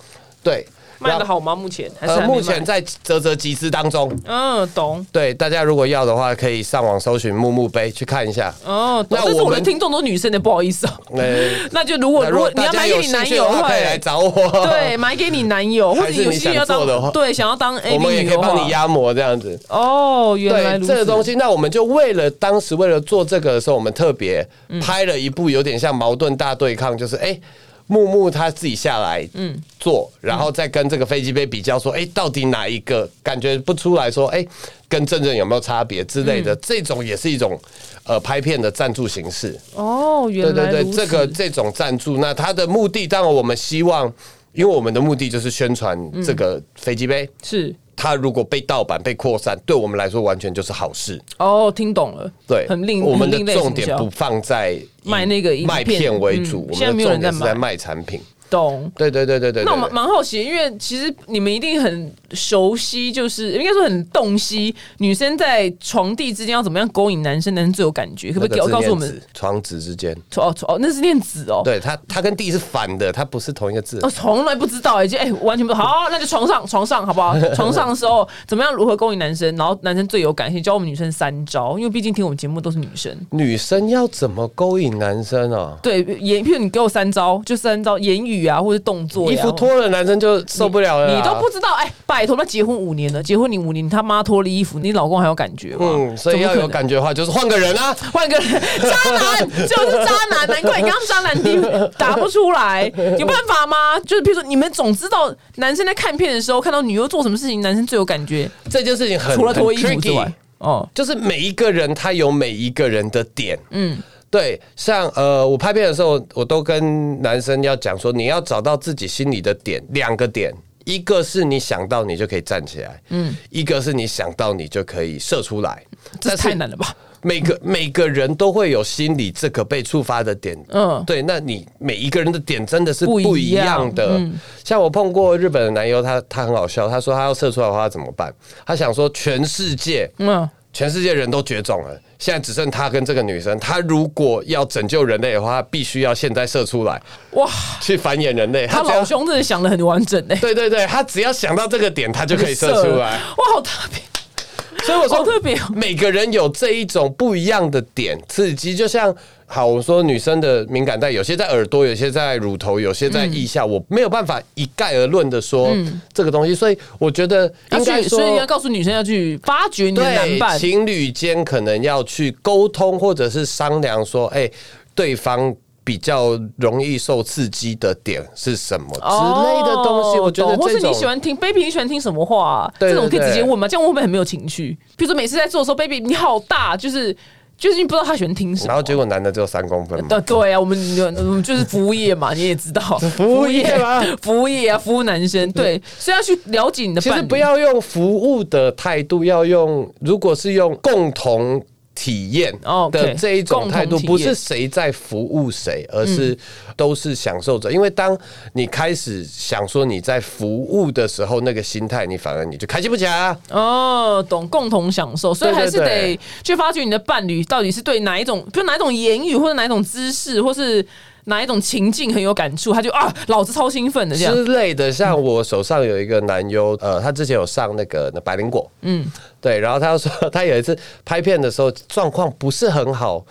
[SPEAKER 3] 对，
[SPEAKER 1] 卖
[SPEAKER 3] 然
[SPEAKER 1] 的
[SPEAKER 3] 后
[SPEAKER 1] 好吗？目前还是还
[SPEAKER 3] 呃，
[SPEAKER 1] 没卖
[SPEAKER 3] 目前在啧啧集资当中。
[SPEAKER 1] 嗯懂
[SPEAKER 3] 对，大家如果要的话，可以上网搜寻木木杯去看一下。
[SPEAKER 1] 哦，懂
[SPEAKER 3] 那
[SPEAKER 1] 但是
[SPEAKER 3] 我
[SPEAKER 1] 我的
[SPEAKER 3] 们
[SPEAKER 1] 听众都是女生的，不好意思啊。
[SPEAKER 3] 呃，
[SPEAKER 1] 那就如果
[SPEAKER 3] 那
[SPEAKER 1] 如
[SPEAKER 3] 如
[SPEAKER 1] 果
[SPEAKER 3] 果
[SPEAKER 1] 你要
[SPEAKER 3] 大
[SPEAKER 1] 买
[SPEAKER 3] 家
[SPEAKER 1] 给
[SPEAKER 3] 有
[SPEAKER 1] 你
[SPEAKER 3] 兴
[SPEAKER 1] 男
[SPEAKER 3] 趣
[SPEAKER 1] 友
[SPEAKER 3] 的
[SPEAKER 1] 的
[SPEAKER 3] 话，
[SPEAKER 1] 话，
[SPEAKER 3] 可以来找我。
[SPEAKER 1] 对，买给你男友，或者
[SPEAKER 3] 还是
[SPEAKER 1] 有
[SPEAKER 3] 你
[SPEAKER 1] 些
[SPEAKER 3] 想
[SPEAKER 1] 要
[SPEAKER 3] 做的话
[SPEAKER 1] 当对想要当 A
[SPEAKER 3] 我们
[SPEAKER 1] B
[SPEAKER 3] 也
[SPEAKER 1] 女
[SPEAKER 3] 可以
[SPEAKER 1] 的
[SPEAKER 3] 帮
[SPEAKER 1] 话
[SPEAKER 3] 你，压模这样子。
[SPEAKER 1] 哦，原来
[SPEAKER 3] 对，
[SPEAKER 1] 如此。
[SPEAKER 3] 这个东西，那我们就为了当时为了做这个的时候，我们特别拍了一部有点像矛盾大对抗，就是哎。木木他自己下来，嗯，做，然后再跟这个飞机杯比较，说，哎、
[SPEAKER 1] 嗯
[SPEAKER 3] 到底哪一个感觉不出来说，哎、跟真正有没有差别之类
[SPEAKER 1] 嗯
[SPEAKER 3] 的，这种也是一种，呃，拍片的赞助形式。
[SPEAKER 1] 哦，
[SPEAKER 3] 对
[SPEAKER 1] 原来
[SPEAKER 3] 对对
[SPEAKER 1] 如，此
[SPEAKER 3] 这个这种赞助，那它的目的，当然我们希望，因为我们的目的就是宣传
[SPEAKER 1] 嗯
[SPEAKER 3] 这个飞机杯，
[SPEAKER 1] 是
[SPEAKER 3] 它如果被盗版、被扩散，对我们来说完全就是好事。
[SPEAKER 1] 哦，听懂了，
[SPEAKER 3] 对，
[SPEAKER 1] 很另
[SPEAKER 3] 我们
[SPEAKER 1] 很另类
[SPEAKER 3] 的重
[SPEAKER 1] 行
[SPEAKER 3] 点
[SPEAKER 1] 销
[SPEAKER 3] 不放在以
[SPEAKER 1] 卖那个影片
[SPEAKER 3] 卖片为主
[SPEAKER 1] 嗯，
[SPEAKER 3] 我
[SPEAKER 1] 现在
[SPEAKER 3] 们
[SPEAKER 1] 没
[SPEAKER 3] 的
[SPEAKER 1] 有
[SPEAKER 3] 重
[SPEAKER 1] 人在
[SPEAKER 3] 点是在
[SPEAKER 1] 买
[SPEAKER 3] 卖产品。
[SPEAKER 1] 懂。
[SPEAKER 3] 对对对对对。
[SPEAKER 1] 那我
[SPEAKER 3] 对
[SPEAKER 1] 蛮蛮好奇的，因为其实你们一定很熟悉，就是应该说很洞悉女生在床地之间要怎么样勾引男生，男生最有感觉，可不可以
[SPEAKER 3] 那个字
[SPEAKER 1] 告诉我
[SPEAKER 3] 念
[SPEAKER 1] 们？
[SPEAKER 3] 子床子之间，
[SPEAKER 1] 哦哦，那是念子哦。
[SPEAKER 3] 对它它跟地是反的，它不是同一个字
[SPEAKER 1] 我。从来不知道，已经哎，完全不好。那就床上，床上好不 好？床上的时候怎么样如何勾引男生？然后男生最有感性，教我们女生三招，因为毕竟听我们节目都是女生。
[SPEAKER 3] 女生要怎么勾引男生哦？
[SPEAKER 1] 对，言，譬如你给我三招，就三招，言语啊，或者动作呀、
[SPEAKER 3] 衣服脱了，男生就受不了了啦。
[SPEAKER 1] 你都不知道，哎，拜托，那结婚五年了，结婚你五年，你他妈脱了衣服，你老公还有感觉吗？
[SPEAKER 3] 嗯，所以
[SPEAKER 1] 怎么
[SPEAKER 3] 要
[SPEAKER 1] 可
[SPEAKER 3] 有
[SPEAKER 1] 能。
[SPEAKER 3] 感觉的话，就是换个人啊。
[SPEAKER 1] 换个人，渣男就是渣男，难怪你刚刚渣男你打不出来，有办法吗？就是譬如说，你们总知道男生在看片的时候，看到女优做什么事情，男生最有感觉，
[SPEAKER 3] 这件事情 很
[SPEAKER 1] 除了脱
[SPEAKER 3] 很
[SPEAKER 1] 衣服之
[SPEAKER 3] tricky
[SPEAKER 1] 外，哦，
[SPEAKER 3] 就是每一个人他有每一个人的点，嗯。对，像呃，我拍片的时候，我都跟男生要讲说，你要找到自己心里的点，两个点，一个是你想到你就可以站起来，嗯，一个是你想到你就可以射出来，
[SPEAKER 1] 这太难了吧？
[SPEAKER 3] 每个每个人都会有心里这个被触发的点，
[SPEAKER 1] 嗯
[SPEAKER 3] 嗯，对，那你每一个人的点真的是
[SPEAKER 1] 不
[SPEAKER 3] 不
[SPEAKER 1] 一
[SPEAKER 3] 一
[SPEAKER 1] 样嗯
[SPEAKER 3] 样的。像我碰过日本的男优，他他很好笑，他说他要射出来的话他怎么办？他想说全世界
[SPEAKER 1] 嗯，
[SPEAKER 3] 全世界人都绝种了，现在只剩他跟这个女生，他如果要拯救人类的话，他必须要现在射出来
[SPEAKER 1] 哇，
[SPEAKER 3] 去繁衍人类。
[SPEAKER 1] 他
[SPEAKER 3] 只要
[SPEAKER 1] 老兄真的想的很完整哎、
[SPEAKER 3] 对对对，他只要想到这个点，他就可以射出来。
[SPEAKER 1] 哇，好特别，
[SPEAKER 3] 所以我
[SPEAKER 1] 好
[SPEAKER 3] 说，
[SPEAKER 1] 特别哦
[SPEAKER 3] 每个人有这一种不一样的点刺激，就像好，我说女生的敏感带，有些在耳朵，有些在乳头，有些在腋下，我没有办法一概而论的说这个东西，所以我觉得
[SPEAKER 1] 要
[SPEAKER 3] 应该
[SPEAKER 1] 去，嗯
[SPEAKER 3] 说
[SPEAKER 1] 所以要告诉女生要去发掘你的男
[SPEAKER 3] 对
[SPEAKER 1] 伴，
[SPEAKER 3] 情侣间可能要去沟通，或者是商量说，哎、对方。比较容易受刺激的点是什么之类的东西？
[SPEAKER 1] 哦
[SPEAKER 3] 我觉得
[SPEAKER 1] 懂或
[SPEAKER 3] 这
[SPEAKER 1] 是
[SPEAKER 3] 种
[SPEAKER 1] 你喜欢听 baby，你喜欢听什么话、啊？
[SPEAKER 3] 对对
[SPEAKER 1] 这种可以直接
[SPEAKER 3] 对
[SPEAKER 1] 问吗？这样会不会很没有情趣？比如说每次在做的时候，baby 你好大，就是就是你不知道他喜欢听什么。
[SPEAKER 3] 然后结果男的只有三公分嘛，
[SPEAKER 1] 对对啊，我们我们就是服务业嘛，你也知道，服
[SPEAKER 3] 服务业吗？
[SPEAKER 1] 服务业啊，服务男生，对，所以要去了解你的
[SPEAKER 3] 其
[SPEAKER 1] 伴侣。
[SPEAKER 3] 实不要用服务的态度，要用如果是用共同体验
[SPEAKER 1] 哦，OK，
[SPEAKER 3] 的这一种态
[SPEAKER 1] 共同
[SPEAKER 3] 度，
[SPEAKER 1] 体验
[SPEAKER 3] 不是谁在服务谁，而是都是享受者。因为当你开始想说你在服务的时候，那个心态你反而你就开心不起来啊。
[SPEAKER 1] 哦，懂，共同享受，所以
[SPEAKER 3] 对对
[SPEAKER 1] 还是得
[SPEAKER 3] 对
[SPEAKER 1] 去发掘你的伴侣到底是对哪一种，比如哪一种言语或者哪一种姿势，或是哪一种情境很有感触，他就啊，老子超兴奋的这样。
[SPEAKER 3] 之类的，像我手上有一个男优，呃，他之前有上那个百灵果，嗯，对，然后他说他有一次拍片的时候状况不是很好，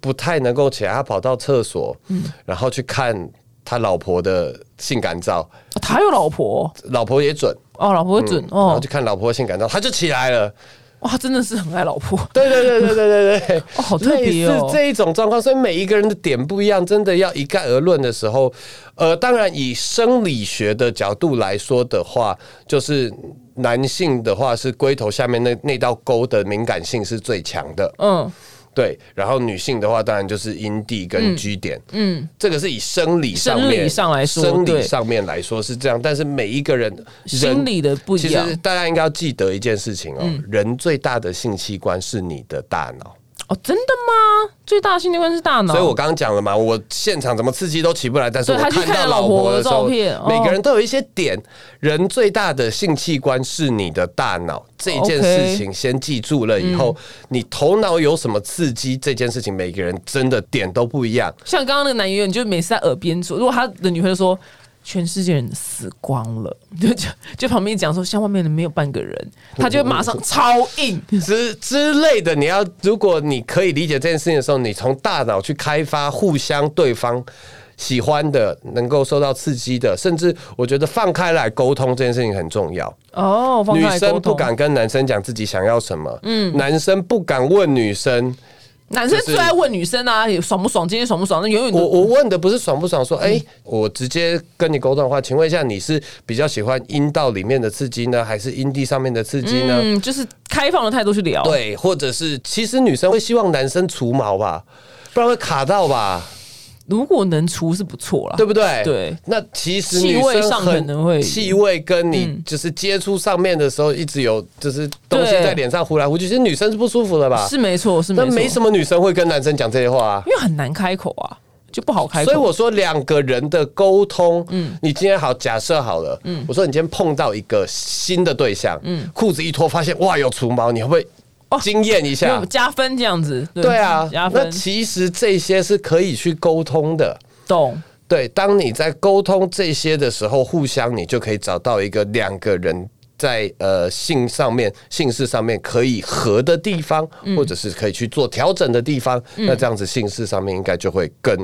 [SPEAKER 3] 不太能够起来，他跑到厕所，
[SPEAKER 1] 嗯
[SPEAKER 3] 然后去看他老婆的性感照，
[SPEAKER 1] 哦他有老婆
[SPEAKER 3] 老婆也准，
[SPEAKER 1] 哦，老婆准
[SPEAKER 3] 嗯然后
[SPEAKER 1] 哦
[SPEAKER 3] 去，看老婆的性感照，他就起来了。
[SPEAKER 1] 哇，他真的是很爱老婆。
[SPEAKER 3] 对对对对对对对，
[SPEAKER 1] 哦好特别哦
[SPEAKER 3] 类似这一种状况，所以每一个人的点不一样，真的要一概而论的时候，呃，当然以生理学的角度来说的话，就是男性的话是龟头下面那那道沟的敏感性是最强的，
[SPEAKER 1] 嗯，
[SPEAKER 3] 对，然后女性的话当然就是阴蒂跟 G 点，嗯，这个是以生理上面
[SPEAKER 1] 生理上来说
[SPEAKER 3] 生
[SPEAKER 1] 对
[SPEAKER 3] 理上面来说是这样，但是每一个人人
[SPEAKER 1] 心理的不一
[SPEAKER 3] 其
[SPEAKER 1] 样嗯
[SPEAKER 3] 实大家应该要记得一件事情哦，人最大的性器官是你的大脑，
[SPEAKER 1] 哦，真的吗？最大的性器官是大脑，
[SPEAKER 3] 所以我刚刚讲了嘛，我现场怎么刺激都起不来，但是
[SPEAKER 1] 对
[SPEAKER 3] 我
[SPEAKER 1] 他去
[SPEAKER 3] 看
[SPEAKER 1] 看
[SPEAKER 3] 到
[SPEAKER 1] 老
[SPEAKER 3] 老
[SPEAKER 1] 婆
[SPEAKER 3] 婆
[SPEAKER 1] 的
[SPEAKER 3] 的时
[SPEAKER 1] 照
[SPEAKER 3] 候，
[SPEAKER 1] 片哦
[SPEAKER 3] 每个人都有一些点，人最大的性器官是你的大脑这件事情，先记住了以后，
[SPEAKER 1] 嗯
[SPEAKER 3] 你头脑有什么刺激这件事情，每个人真的点都不一样。
[SPEAKER 1] 像刚刚那个男演员，你就每次在耳边说，如果他的女朋友说。全世界人死光了， 就就就旁边讲说，像外面的没有半个 人，他就马上超硬，
[SPEAKER 3] 之之类的，你要如果你可以理解这件事情的时候，你从大脑去开发互相对方喜欢的、能够受到刺激的，甚至我觉得放开来沟通这件事情很重要。
[SPEAKER 1] 哦，放
[SPEAKER 3] 女
[SPEAKER 1] 开来沟
[SPEAKER 3] 生不
[SPEAKER 1] 通，
[SPEAKER 3] 敢跟男生讲自己想要什么，嗯，男生不敢问女
[SPEAKER 1] 嗯
[SPEAKER 3] 生。
[SPEAKER 1] 男生
[SPEAKER 3] 就是
[SPEAKER 1] 最爱问女生啊，也爽不爽，今天爽不爽？那永远
[SPEAKER 3] 我
[SPEAKER 1] 都
[SPEAKER 3] 我问的不是爽不爽，说哎、我直接跟你沟通的话，请问一下，你是比较喜欢阴道里面的刺激呢，还是阴蒂上面的刺激呢？
[SPEAKER 1] 嗯，就是开放的态度去聊。，
[SPEAKER 3] 对，或者是其实女生会希望男生除毛吧，不然会卡到吧，
[SPEAKER 1] 如果能除是不错啦。
[SPEAKER 3] 对不对？
[SPEAKER 1] 对。
[SPEAKER 3] 那其实
[SPEAKER 1] 气
[SPEAKER 3] 女
[SPEAKER 1] 味
[SPEAKER 3] 生
[SPEAKER 1] 上
[SPEAKER 3] 很
[SPEAKER 1] 可能会嗯
[SPEAKER 3] 气味跟你就是接触上面的时候，一直有就是东西
[SPEAKER 1] 对
[SPEAKER 3] 在脸上呼来呼去，其实女生是不舒服的吧？
[SPEAKER 1] 是没错，是没
[SPEAKER 3] 那
[SPEAKER 1] 错，
[SPEAKER 3] 没什
[SPEAKER 1] 么，
[SPEAKER 3] 么女生会跟男生讲这些话啊。
[SPEAKER 1] 因为很难开口啊，就不好开口。
[SPEAKER 3] 所以我说两个人的沟通，嗯，你今天好，假设好了，嗯，我说你今天碰到一个新的对象，嗯，裤子一脱发现哇有除毛，你会不会
[SPEAKER 1] 哦
[SPEAKER 3] 惊艳一
[SPEAKER 1] 没
[SPEAKER 3] 下
[SPEAKER 1] 有？加分这样子。
[SPEAKER 3] 对啊
[SPEAKER 1] 加，
[SPEAKER 3] 那
[SPEAKER 1] 分
[SPEAKER 3] 其实这些是可以去沟通的。
[SPEAKER 1] 懂。
[SPEAKER 3] 对，当你在沟通这些的时候，互相你就可以找到一个两个人在呃性上面、性事上面可以合的地方，
[SPEAKER 1] 嗯
[SPEAKER 3] 或者是可以去做调整的地方。那这样子性事上面应该就会更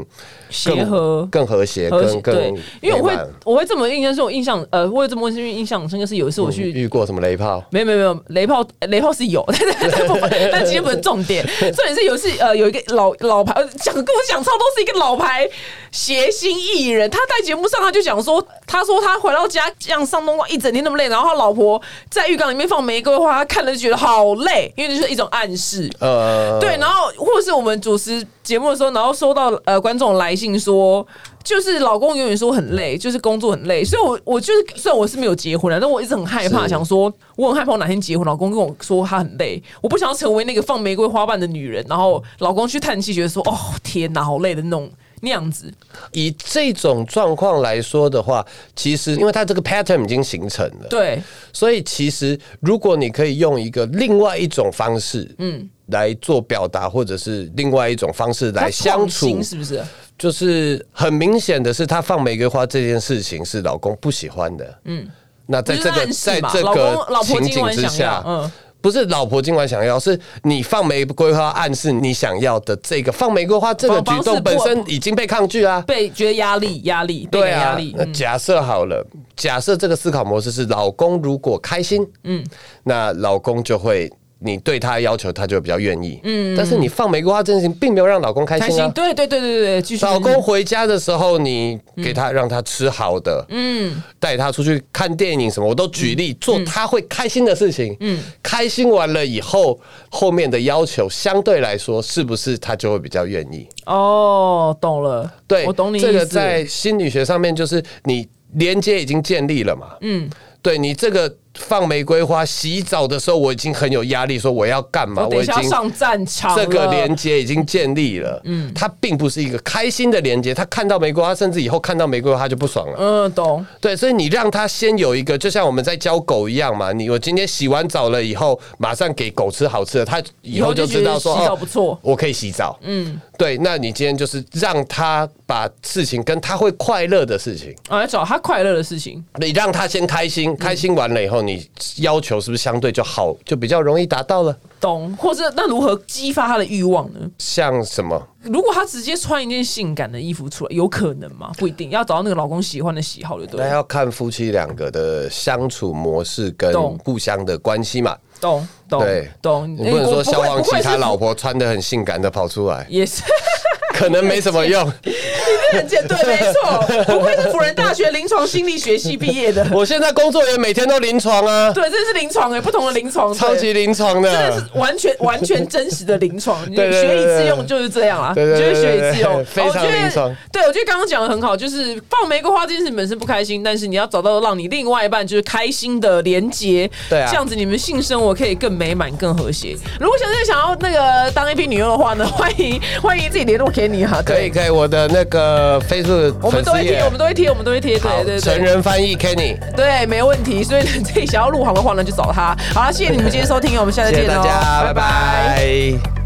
[SPEAKER 1] 协和
[SPEAKER 3] 更更和谐、
[SPEAKER 1] 而且
[SPEAKER 3] 更更
[SPEAKER 1] 对，因为我
[SPEAKER 3] 美
[SPEAKER 1] 会
[SPEAKER 3] 满
[SPEAKER 1] 我会这么印象，是我印象呃，我会这么问，是因为印象很深刻是有一次我去
[SPEAKER 3] 遇过什么雷炮？
[SPEAKER 1] 没有没有没有，雷炮雷炮是有， 但是不但今天不是重 点，重点是有一次呃有一个老老牌呃讲跟我讲超多是一个老牌谐星艺人，他在节目上他就讲说，他说他回到家这样上班哇一整天那么累，然后他老婆播，在浴缸里面放玫瑰花，他看了就觉得好累，因为就是一种暗示。
[SPEAKER 3] 呃，
[SPEAKER 1] 对，然后或是我们主持节目的时候，然后收到呃观众来信说，就是老公永远说很累，就是工作很累，所以我我就是虽然我是没有结婚啊了，但我一直很害怕，
[SPEAKER 3] 是
[SPEAKER 1] 想说我很害怕我哪天结婚，老公跟我说他很累，我不想要成为那个放玫瑰花瓣的女人，然后老公去叹气，觉得说哦天哪，好累的那种那样子，
[SPEAKER 3] 以这种状况来说的话，其实因为它这个 pattern 已经形成了，
[SPEAKER 1] 对，
[SPEAKER 3] 所以其实如果你可以用一个另外一种方式，嗯，来做表达，或者是另外一种方式来相
[SPEAKER 1] 他创
[SPEAKER 3] 处
[SPEAKER 1] 新，是不是？
[SPEAKER 3] 就是很明显的是，他放玫瑰花这件事情是老公不喜欢的，嗯。那在这
[SPEAKER 1] 就是
[SPEAKER 3] 个
[SPEAKER 1] 暗示
[SPEAKER 3] 在
[SPEAKER 1] 嘛
[SPEAKER 3] 这
[SPEAKER 1] 老
[SPEAKER 3] 个
[SPEAKER 1] 公老婆
[SPEAKER 3] 情
[SPEAKER 1] 今
[SPEAKER 3] 景
[SPEAKER 1] 晚
[SPEAKER 3] 之
[SPEAKER 1] 想要
[SPEAKER 3] 下，
[SPEAKER 1] 嗯
[SPEAKER 3] 不是老婆今晚想要，是你放玫瑰花暗示你想要的这个放玫瑰花这个
[SPEAKER 1] 方
[SPEAKER 3] 举
[SPEAKER 1] 式
[SPEAKER 3] 动
[SPEAKER 1] 不
[SPEAKER 3] 本身已经被抗拒啊，
[SPEAKER 1] 被觉得压力，压力，倍
[SPEAKER 3] 对
[SPEAKER 1] 感压
[SPEAKER 3] 啊
[SPEAKER 1] 力，，
[SPEAKER 3] 那
[SPEAKER 1] 嗯
[SPEAKER 3] 假设好了，假设这个思考模式是老公如果开心，嗯，那老公就会。你对他的要求，他就会比较愿意。嗯，但是你放玫瑰花这件事情，并没有让老公开
[SPEAKER 1] 开
[SPEAKER 3] 心
[SPEAKER 1] 心
[SPEAKER 3] 啊，。
[SPEAKER 1] 对对对对对，继续
[SPEAKER 3] 老公回家的时候，你给他让他吃好的，嗯，带他出去看电影什么，我都举例做他会开心的事情。嗯，开心完了以后，后面的要求相对来说，是不是他就会比较愿意？
[SPEAKER 1] 哦，懂了，
[SPEAKER 3] 对，
[SPEAKER 1] 我懂你意思。
[SPEAKER 3] 这个在心理学上面就是你连接已经建立了嘛。嗯，对你这个放玫瑰花洗澡的时候，我已经很有压力，说我要干嘛？
[SPEAKER 1] 我等
[SPEAKER 3] 我
[SPEAKER 1] 一
[SPEAKER 3] 已
[SPEAKER 1] 下要
[SPEAKER 3] 经。
[SPEAKER 1] 上战场了
[SPEAKER 3] 这个连接已经建立了，嗯，它并不是一个开心的连接，他看到玫瑰花，甚至以后看到玫瑰花他就不爽了，
[SPEAKER 1] 嗯，懂，
[SPEAKER 3] 对，所以你让他先有一个，就像我们在教狗一样嘛，你我今天洗完澡了以后，马上给狗吃好吃的，它以后就知道说
[SPEAKER 1] 以后就觉得洗澡不错
[SPEAKER 3] 哦，我可以洗澡。嗯，对，那你今天就是让他把事情跟他会快乐的事情，
[SPEAKER 1] 啊，要找他快乐的事情，
[SPEAKER 3] 你让他先开
[SPEAKER 1] 嗯
[SPEAKER 3] 心，开心完了以后，你要求是不是相对就好，就比较容易达到了？
[SPEAKER 1] 懂，或者那如何激发他的欲望呢？
[SPEAKER 3] 像什么？
[SPEAKER 1] 如果他直接穿一件性感的衣服出来，有可能吗？不一定，要找到那个老公喜欢的喜好就对
[SPEAKER 3] 那
[SPEAKER 1] 了。
[SPEAKER 3] 要看夫妻两个的相处模式跟
[SPEAKER 1] 懂
[SPEAKER 3] 互相的关系嘛。
[SPEAKER 1] 懂懂
[SPEAKER 3] 对，
[SPEAKER 1] 懂，
[SPEAKER 3] 你不能
[SPEAKER 1] 哎
[SPEAKER 3] 说
[SPEAKER 1] 我
[SPEAKER 3] 消
[SPEAKER 1] 会
[SPEAKER 3] 亡
[SPEAKER 1] 不
[SPEAKER 3] 其
[SPEAKER 1] 愧
[SPEAKER 3] 他
[SPEAKER 1] 是
[SPEAKER 3] 老婆穿的很性感的跑出来，
[SPEAKER 1] 也是。
[SPEAKER 3] 可能没什么用。
[SPEAKER 1] 很简对，没错，不愧是辅仁大学临床心理学系毕业的。
[SPEAKER 3] 我现在工作也每天都临床啊，
[SPEAKER 1] 对，这是临床哎、不同的临床，对
[SPEAKER 3] 超级临床
[SPEAKER 1] 真的
[SPEAKER 3] 的，
[SPEAKER 1] 是完 全完全真实的临床，你
[SPEAKER 3] 嗯对对对
[SPEAKER 1] 学以致
[SPEAKER 3] 对
[SPEAKER 1] 用就是这样啦，
[SPEAKER 3] 对对对
[SPEAKER 1] 就是学以致用，哦
[SPEAKER 3] 对对对非常
[SPEAKER 1] 我觉得
[SPEAKER 3] 临床
[SPEAKER 1] 对，我觉得刚刚讲的很好，就是放玫瑰花这件事本身不开心，但是你要找到让你另外一半就是开心的连接，
[SPEAKER 3] 对啊
[SPEAKER 1] 这样子你们性生活可以更美满、更和谐。如果想真的想要那个当 A P 女优的话呢， 欢迎欢迎自己联络给你哈，对
[SPEAKER 3] 可以。可以，我的那个 Facebook
[SPEAKER 1] 我们
[SPEAKER 3] 粉
[SPEAKER 1] 都会
[SPEAKER 3] 丝
[SPEAKER 1] 贴，
[SPEAKER 3] 页
[SPEAKER 1] 我，们都会贴，我们都会贴，对
[SPEAKER 3] 好
[SPEAKER 1] 对
[SPEAKER 3] 成
[SPEAKER 1] 对，
[SPEAKER 3] 人翻译 Kenny，
[SPEAKER 1] 对，没问题。所以呢，自己想要入行的话呢，就找他。好了，谢谢你们今天收听，我们下次
[SPEAKER 3] 谢
[SPEAKER 1] 见
[SPEAKER 3] 谢
[SPEAKER 1] 哦，
[SPEAKER 3] 大家，
[SPEAKER 1] 拜
[SPEAKER 3] 拜
[SPEAKER 1] 拜
[SPEAKER 3] 拜